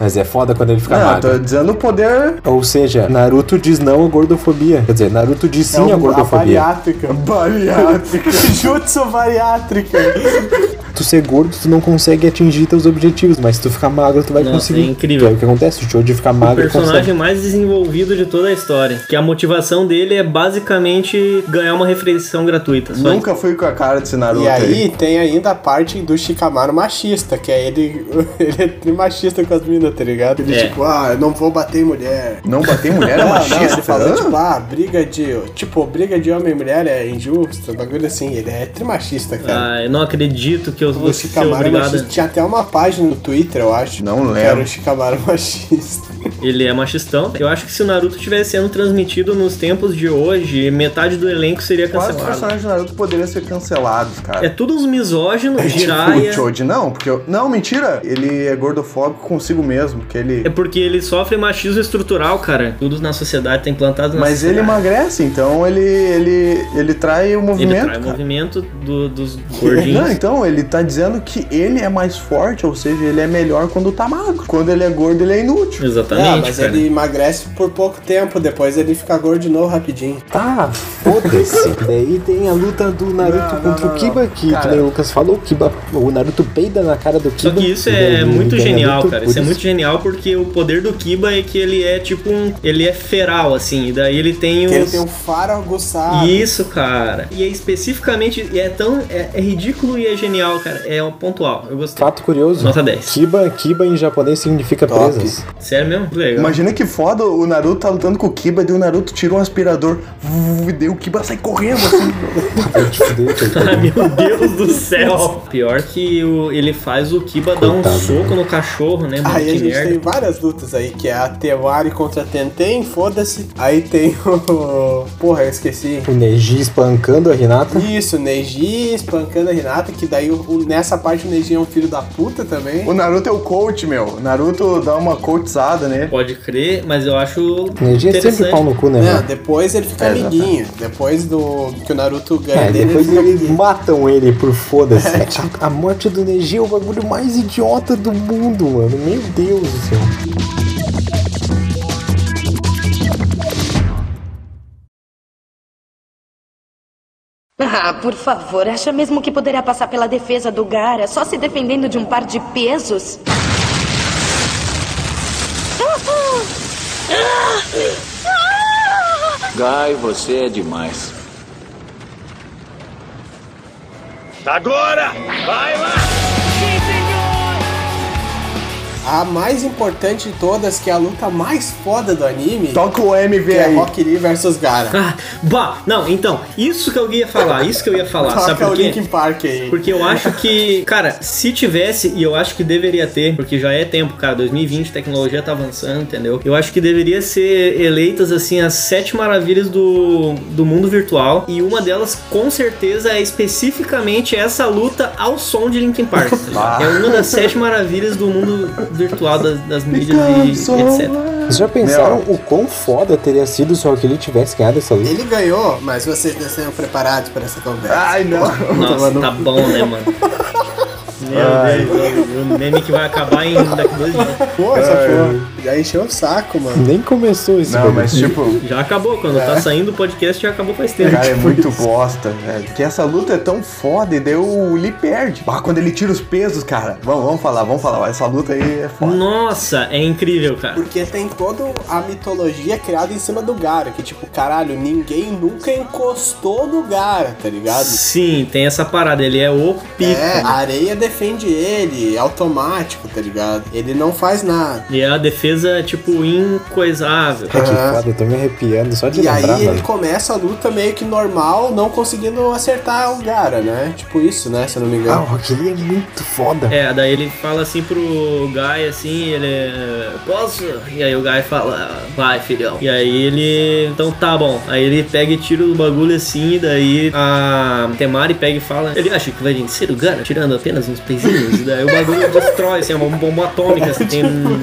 Mas é foda quando ele fica
Não, eu
magro.
tô dizendo o poder
Ou seja, Naruto diz não à gordofobia. Quer dizer, Naruto diz sim
é
à
um- a
gordofobia.
bariátrica.
bariátrico.
Jutsu bariátrica.
tu ser gordo, tu não consegue atingir teus objetivos, mas se tu ficar magro, tu vai
Nossa,
conseguir.
é incrível.
Que é o que acontece, o Choji ficar
O
Ah,
magro consegue.
personagem mais desenvolvido de toda a história. Que a motivação dele é basicamente ganhar uma refeição gratuita. Só
Nunca fui com a cara desse Naruto
E aí tem ainda a parte do Shikamaru machista, que é ele, ele é tri machista com as minas, tá ligado? Ele
É.
tipo, ah, eu não vou bater em mulher.
Não bater em mulher é
Não, não,
machista?
ele falou,
Hã?
tipo, ah, briga de. Tipo, briga de homem e mulher é injusta, bagulho assim, ele é trimachista, cara.
Ah, eu não acredito que eu vou
o
ser
Shikamaru é
obrigado.
machista. Tinha até uma página no Twitter, eu acho.
Não
que
lembro.
Era o Shikamaru machista.
Ele é machistão. Eu acho que se o Naruto tivesse sendo transmitido nos tempos de hoje, metade do elenco seria
Quase os
cancelado.
personagens do Naruto poderiam ser cancelados,
É
cara.
tudo uns misóginos,
tipo,
giraia.
o Choji não, porque... eu- Não, mentira. Ele é gordofóbico consigo mesmo, que ele...
É porque ele sofre machismo estrutural, cara. Tudo na sociedade tá implantado na
Mas
sociedade.
ele emagrece, então ele, ele, ele trai o
Ele
movimento,
trai o
cara.
movimento do- dos
Não,
gordinhos.
então ele tá dizendo que ele é mais forte, ou seja, ele é melhor quando tá magro. Quando ele é gordo, ele é inútil.
Exatamente.
Ah, mas
tipo, cara.
ele emagrece por pouco tempo, depois ele fica gordo de novo rapidinho.
Tá, foda-se. Daí tem a luta do Naruto
Não, não,
contra
não,
o
não.
Kiba, que que
Cara.
nem o Lucas falou, o Kiba, o Naruto peida na cara do
Só
Kiba.
que isso
e
é
daí
muito
ganha a
genial,
luta,
cara.
por
Isso é muito genial porque o poder do Kiba é que ele é tipo um. Ele é feral, assim. E daí ele tem
Porque ele
os.
tem um faro aguçado.
Isso, cara. E é especificamente. e É tão. É, é ridículo e é genial, cara. É um pontual. Eu gostei.
Fato curioso.
Nota 10.
Kiba, Kiba em japonês significa
Top.
presas.
Sério mesmo? Legal.
Imagina que foda o Naruto tá lutando com o Kiba, daí o Naruto tira um aspirador e daí o Kiba sai correndo assim.
Vai te fuder,
Ah,
coitado.
meu Deus do céu! Pior que o- ele faz o Kiba dar um
Coitado,
soco no cachorro, né, mano?
Aí a
que
gente
merda.
tem várias lutas aí, que é a Tewari contra a Tenten, foda-se. Aí tem o. Porra, eu esqueci.
O Neji espancando a Hinata.
Isso, Neji espancando a Renata, que daí o- o- nessa parte o Neji é um filho da puta também.
O Naruto é o coach, meu. O Naruto dá uma coachzada, né?
Pode crer, mas eu acho.
O Neji é sempre
interessante.
pau no cu, né,
Não,
mano?
depois ele fica
É,
amiguinho. Depois do que o Naruto ganha
É,
dele,
depois
ele fica
eles
amiguinho.
matam ele por foda-se. É, tipo, A- A morte do Neji é o bagulho mais idiota do mundo, mano. Meu Deus do céu.
Ah, por favor, acha mesmo que poderá passar pela defesa do Gara só se defendendo de um par de pesos?
Gai, você é demais.
Agora! Vai lá!
A mais importante de todas, que é a luta mais foda do anime,
Toca o
que
MV
é
aí.
Rock Lee versus Gara.
Ah, bah! Não, então, isso que eu ia falar, isso que eu ia falar. sabe
Toca o
por quê?
Linkin Park aí.
Porque eu acho que, cara, se tivesse, e eu acho que deveria ter, porque já é tempo, cara, 2020, tecnologia tá avançando, entendeu? Eu acho que deveria ser eleitas, assim, as sete maravilhas do, do mundo virtual, e uma delas, com certeza, é especificamente essa luta ao som de Linkin Park. tá ligado? É uma das sete maravilhas do mundo virtual das, das mídias
Então,
e etc.
Vocês já pensaram o quão foda teria sido se o Rock Lee tivesse ganhado essa luta?
Ele ganhou, mas vocês não estão preparados para essa conversa.
Ah,
Ai, não.
Nossa, tá bom, né, mano? Meu Deus, o meme que vai acabar em daqui dois dias.
Pô, essa porra já encheu o saco, mano.
Nem começou esse
Não,
bagulho.
mas tipo,
Já acabou, quando tá saindo o podcast já acabou faz tempo.
cara, é muito bosta, velho. Que essa luta é tão foda e daí o Lee perde. Ah, quando ele tira os pesos, cara. Vamos, vamos falar, vamos falar. Essa luta aí é foda.
Nossa, é incrível, cara.
Porque tem toda a mitologia criada em cima do Gara, que tipo, caralho, ninguém nunca encostou no Gara, tá ligado?
Sim, tem essa parada, ele é o pico.
É, a areia defende ele, é automático, tá ligado? Ele não faz nada.
E é a defesa, tipo, incoisável.
É que foda, eu tô me arrepiando só de
E
lembrar,
aí ele
mano.
começa a luta meio que normal, não conseguindo acertar o Gara, né? Tipo isso, né? Se eu não me
Ah, o
engano.
Rock Lee é muito foda.
É, daí ele fala assim pro Guy, assim, ele... é, Posso? E aí o Guy fala, vai, filhão. E aí ele... Então tá bom. Aí ele pega e tira o bagulho assim, e daí a Temari pega e fala... Ele acha que vai vencer o Gara tirando apenas uns pezinhos. E daí o bagulho destrói, assim, é uma bomba atômica, assim, tem um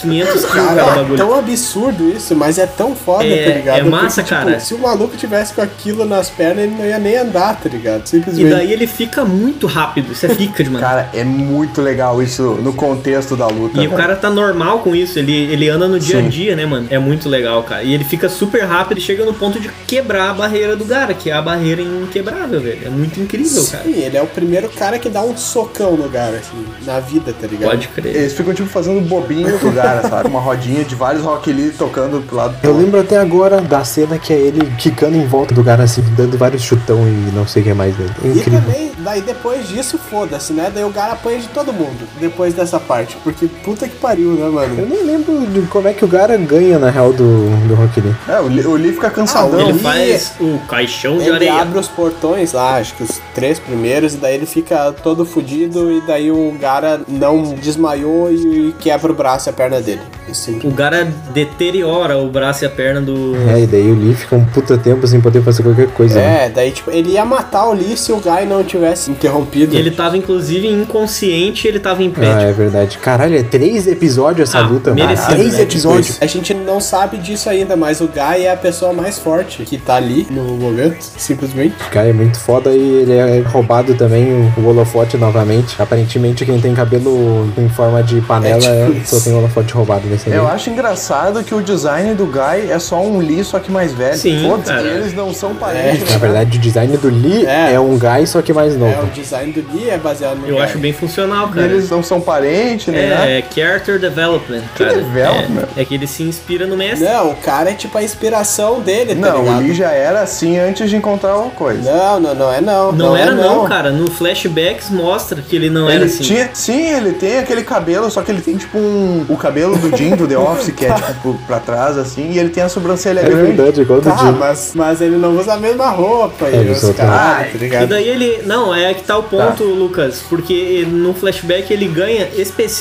500 quilos
Cara,
cada
é
bagulho.
tão absurdo isso, mas é tão foda,
É-
tá ligado?
é massa,
tipo,
cara.
Se o maluco tivesse com aquilo nas pernas, ele não ia nem andar, tá ligado?
E
Simplesmente.
daí ele fica muito rápido, isso é Rickard, mano.
Cara, é muito legal isso no contexto da luta.
E o
velho.
cara tá normal com isso, ele, ele anda no dia a
Sim.
dia, né, mano? É muito legal, cara. E ele fica super rápido e chega no ponto de quebrar a barreira do cara, que é a barreira inquebrável, velho. É muito incrível, cara.
Sim, ele é o primeiro cara que dá um socão no Gara, assim, na vida, tá ligado?
Pode crer.
Eles ficam, tipo, fazendo bobinho do cara, sabe? Uma rodinha de vários Rock Lee tocando pro lado do
Eu lembro até agora da cena que é ele quicando em volta do cara, assim, dando vários chutão e não sei o que mais dele. É
E
incrível.
também, daí depois disso, foda-se, né? Daí o Gara apanha de todo mundo, depois dessa parte. Porque puta que pariu, né,
Eu
mano?
nem lembro de como é que o cara ganha, na real, do, do Rock Lee.
É, o Lee, o Lee fica cansadão.
Ele
e-
Ah, faz o caixão de
Ele
areia.
abre os portões lá, acho que os três primeiros, e daí ele fica todo fudido, e daí o Gara não desmaiou e, e quebra o braço e a perna dele. Assim,
O cara deteriora o braço e a perna do.
Uhum.
É, e daí o Lee fica um puta tempo sem poder fazer qualquer coisa. né?
é, daí tipo, ele ia matar o Lee se o Guy não tivesse interrompido.
Ele tava, inclusive, inconsciente ele tava em pé.
Ah,
tipo,
é verdade. Caralho, é três episódios essa
Ah,
luta, mano.
merecido,
Três
né?
episódios.
A gente não sabe disso ainda, mas o Guy é a pessoa mais forte que tá ali no momento, simplesmente.
O cara é muito foda e ele é roubado também o- o holofote novamente. Aparentemente, quem tem cabelo em forma de panela
É tipo
é-
isso.
só tem o holofote roubado nesse
Eu
anime.
acho engraçado que o design do Guy é só um Lee, só que mais velho.
Sim,
Foda-se,
cara. É,
eles não são parentes. né?
Na verdade, o design do Lee
É.
é, um guy, só que mais novo.
É, o design do Lee é baseado no
Eu
Guy.
acho bem funcional, cara.
Eles não são parentes, né?
É, character development, cara.
development?
É, é que ele se inspira no mestre.
Não, o cara é tipo a inspiração dele, tá
Não, o
ligado?
Lee já era assim antes de encontrar uma coisa.
Não, não, não é não.
Não,
é
era não. cara. No flashbacks mostra que ele não era
Ele
assim.
tinha, sim, ele tem aquele cabelo, só que ele tem tipo um. O cabelo do Jim do The Office, que é tipo pra trás assim, e ele tem a sobrancelha
É
grande.
verdade, igual do
Tá,
Jim.
mas, mas ele não usa a mesma roupa
É,
e
ele
os
só tem-
caras, tá
E
ligado?
daí ele. Não, é que tá o ponto, Lucas. Porque no flashback ele ganha,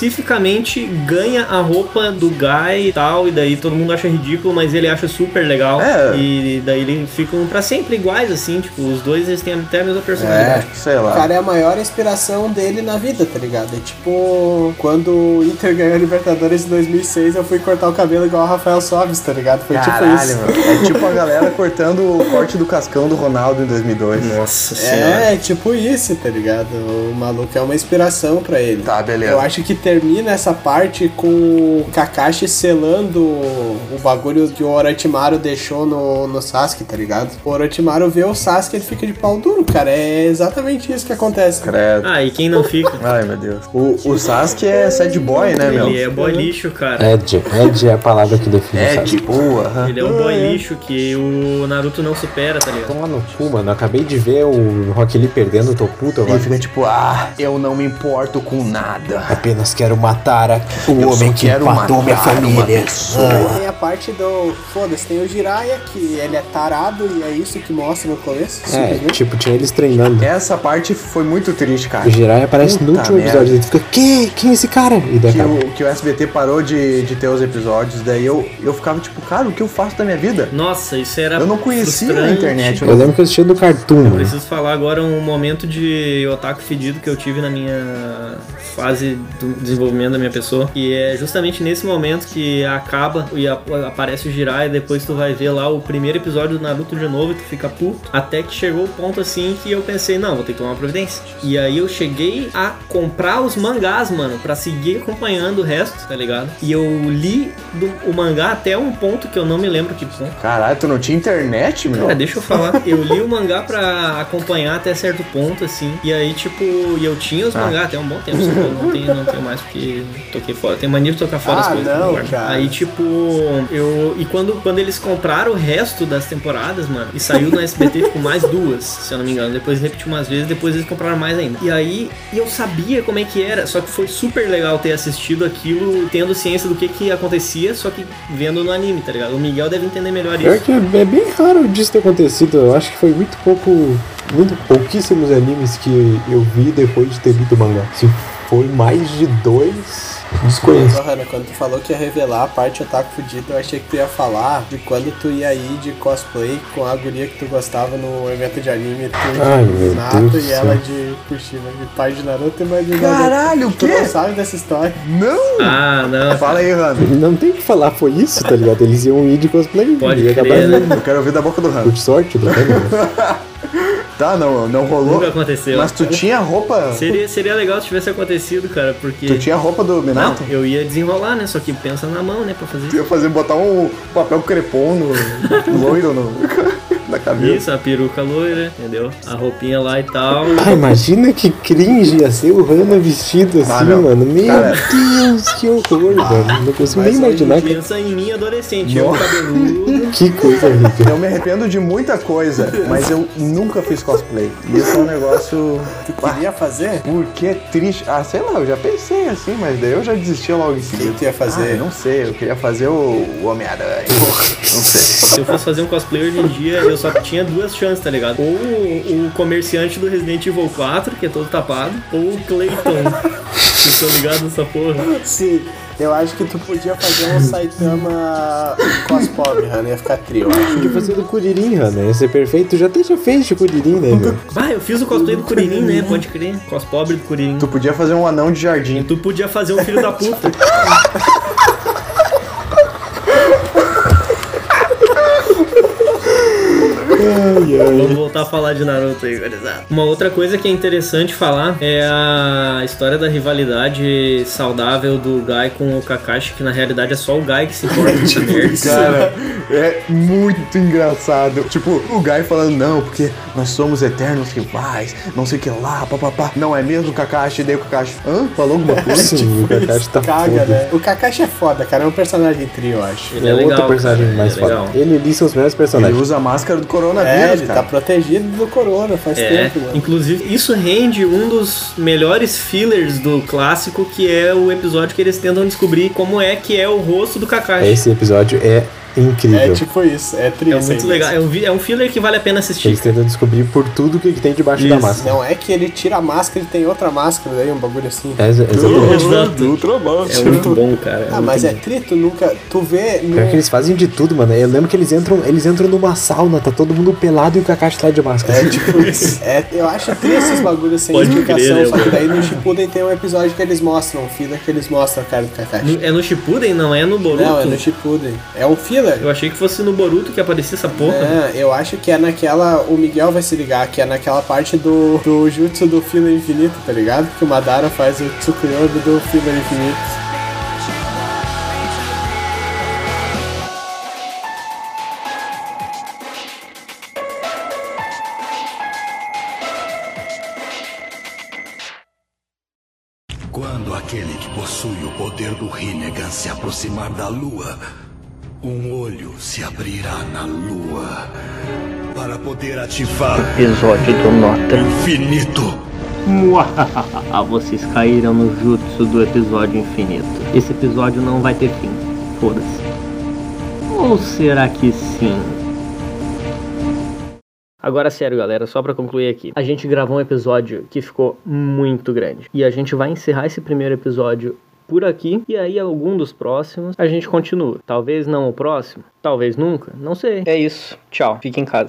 especificamente ganha a roupa do Guy e tal. E daí todo mundo acha ridículo, mas ele acha super legal.
É.
E daí eles ficam pra sempre iguais, assim. Tipo, os dois eles têm até a mesma personalidade.
É, sei
O
lá.
cara é a maior inspiração dele na vida, tá ligado? É tipo, quando o Inter ganhou a Libertadores em 2006, eu fui cortar o cabelo igual o Rafael Sobis, tá ligado? Foi tipo
Caralho,
isso.
mano. É tipo a galera cortando o corte do cascão do Ronaldo em 2002.
Nossa senhora.
É, tipo isso, tá ligado? O maluco é uma inspiração pra ele.
Tá, beleza.
Eu acho que termina essa parte com o Kakashi selando o bagulho que o Orochimaru deixou no, no Sasuke, tá ligado? O Orochimaru vê o Sasuke e ele fica de pau duro, cara. É exatamente isso que acontece.
Credo.
Ah, e quem não fica?
Ai, meu Deus. O, o Sasuke é sad boy, né, meu?
Ele é boy lixo, cara.
Ed, Ed é a palavra que define,
É,
sabe?
de boa. aham.
Ele é um boy lixo que o Naruto não supera, tá ligado?
Toma no cu, mano. Eu acabei de ver o Rock Lee perdendo, tô puto
Ele
agora.
fica tipo, ah, eu não me importo com nada.
Apenas quero matar a- o
Eu
homem
só
que
quero
matou minha
matar uma
família.
pessoa.
Tem a parte do. Foda-se, tem o Jiraiya, que ele é tarado e é isso que mostra no começo.
É, tipo, tinha eles treinando.
Essa parte foi muito triste, cara.
O Jiraiya aparece no
Puta
último
merda.
episódio. Ele fica, que? Quem é esse cara? E daí
Que
acaba.
o, que o SBT parou parou de, de ter os episódios, daí eu, eu ficava tipo, cara, o que eu faço da minha vida?
Nossa, isso era.
Eu não conhecia a
frustrante.
internet, eu
Eu lembro que eu assistia do Cartoon, mano.
Preciso falar agora um momento de otaku fedido que eu tive na minha fase do desenvolvimento da minha pessoa. E é justamente nesse momento que acaba e a- aparece o Jirai, e depois tu vai ver lá o primeiro episódio do Naruto de novo e tu fica puto. Até que chegou o ponto assim que eu pensei, não, vou ter que tomar uma providência. E aí eu cheguei a comprar os mangás, mano, pra seguir acompanhando o resto, tá ligado? E eu li do- o mangá até um ponto que eu não me lembro que ponto.
Caralho, tu não tinha internet, meu?
Cara, deixa eu falar. Eu li o mangá pra acompanhar até certo ponto, assim. E aí, tipo, e eu tinha os mangá até um bom tempo. só que Eu não tenho, não tenho mais porque toquei fora. Tem mania de tocar fora
Ah,
as coisas.
não,
guardo.
cara.
Aí, tipo, eu. E quando, quando eles compraram o resto das temporadas, mano, e saiu no SBT, tipo, mais duas, se eu não me engano. Depois repetiu umas vezes, depois eles compraram mais ainda. E aí, e eu sabia como é que era. Só que foi super legal ter assistido aquilo, tendo ciência do que que acontecia, só que vendo no anime, tá ligado? O Miguel deve entender melhor isso.
Pior que é é bem raro disso ter acontecido. Eu acho que foi muito pouco. Muito pouquíssimos animes que eu vi depois de ter lido o mangá. Se foi mais de dois, desconheço.
Johanna, quando tu falou que ia revelar a parte otaku fudida, eu achei que tu ia falar de quando tu ia ir de cosplay com a guria que tu gostava no evento de anime, tu
Ai,
de
meu
Naruto
Deus do
e
céu.
ela de Kushima, de pai de Naruto e mãe de Naruto.
Caralho, o
Tu não
quê?
sabe dessa história.
Não!
Ah, não.
Fala aí, Rano.
Não tem o que falar, foi isso, tá ligado? Eles iam ir de cosplay
Pode
e ia
crer,
acabar
né?
vendo.
Eu quero ouvir da boca do Rano.
Por sorte do Cameron.
Tá, não, não rolou.
Nunca aconteceu.
Mas tu tinha roupa.
Seria, seria legal se tivesse acontecido, cara, porque.
Tu tinha roupa do
Não,
Minato?
eu ia desenrolar, né? Só que pensa na mão, né, pra
Tu
fazer
ia fazer botar um papel crepom no loiro no, na cabeça.
isso, a peruca loira, entendeu? A roupinha lá e tal.
Ah, imagina que cringe ia ser o Hana vestido assim,
Ah, meu.
mano. Meu
Cara.
Deus, que horror, mano. Não consigo nem imaginar Ah, que,
Pensa em mim adolescente, eu cabeludo.
que coisa horrível.
Eu me arrependo de muita coisa, mas eu nunca fiz cosplay. E isso é um negócio. Ah,
Ia fazer?
porque é triste. Ah, sei lá, eu já pensei assim, mas daí eu já desisti logo em
O que
seguida.
tu ia
Ah,
fazer?
não sei, eu queria fazer o, o Homem-Aranha. Não sei.
Se eu fosse fazer um cosplay hoje em dia, eu só tinha duas chances, tá ligado? Ou o, o comerciante do Resident Evil 4, que é todo tapado, ou o Clayton. Vocês estão ligados nessa porra?
Sim, eu acho que tu podia fazer um Saitama cosplay, Hannah, ia ficar trio.
Podia fazer do Kuririn, Hana. Ia ser perfeito. Já até já fez de Kuririn, né, meu?
Bah, eu fiz o cosplay do Curirim, né? Pode crer. Cospobre do Curirim.
Tu podia fazer um anão de jardim.
Tu podia fazer um filho da puta. Vamos voltar a falar de Naruto aí, gurizada. Uma outra coisa que é interessante falar é a história da rivalidade saudável do Gai com o Kakashi, que na realidade é só o Gai que se importa com o merda.
Cara, é muito engraçado. Tipo, o Guy falando, não, porque nós somos eternos rivais, não sei o que lá, papapá. Não é mesmo, Kakashi? Daí o Kakashi, hã? Falou alguma
É
coisa?
Sim, o Kakashi tá
Caga,
foda.
né? O Kakashi é foda, cara, é um personagem trio, eu acho.
Ele é legal.
outro personagem
cara,
mais
ele é legal.
foda. Ele e o Lee são os melhores
Ele
personagens.
usa a máscara do
É,
coronavírus,
ele tá
cara.
protegido do corona faz
É,
tempo, né? mano.
inclusive isso rende um dos melhores fillers do clássico, que é o episódio que eles tentam descobrir como é que é o rosto do Kakashi.
Esse episódio é
É
incrível.
tipo isso, é trio.
É
isso aí
muito
mesmo.
legal. É um, vi- é um filler que vale a pena assistir.
Eles tentam descobrir por tudo que que tem debaixo da
Isso.
máscara.
Não é que ele tira a máscara e tem outra máscara daí, um bagulho assim.
É, exa- exatamente.
Uhum.
um
Exato. É muito bom, cara.
Ah, mas é tri, tu nunca. Tu vê no.
Pior É que eles fazem de tudo, mano. Eu lembro que eles entram, eles entram numa sauna, tá todo mundo pelado e o Kakashi tá de máscara.
É tipo isso. É, eu acho tri esses bagulhos sem
Pode
explicação.
crer, né,
só que
mano?
daí no Shippuden tem um episódio que eles mostram, um filler que eles mostram a cara do Kakashi.
No- É no Shippuden? Não, é no Boruto.
Não, é no Shippuden. É um filler.
Eu achei que fosse no Boruto que aparecia essa porra.
É, eu acho que é naquela. O Miguel vai se ligar, que é naquela parte do, do jutsu do filler infinito, tá ligado? Que o Madara faz o Tsukuyomi do filler infinito.
Quando aquele que possui o poder do Rinnegan se aproximar da lua, um olho se abrirá na lua para poder ativar
Episódio do
o
Nota.
infinito.
Ah, vocês caíram no jutsu do episódio infinito. Esse episódio não vai ter fim. Foda-se. Ou será que sim? Agora, sério, galera, só pra concluir aqui. A gente gravou um episódio que ficou muito grande. E a gente vai encerrar esse primeiro episódio
por aqui e aí algum dos próximos a gente continua. Talvez não o próximo, talvez nunca, não sei. É isso. Tchau. Fique em casa.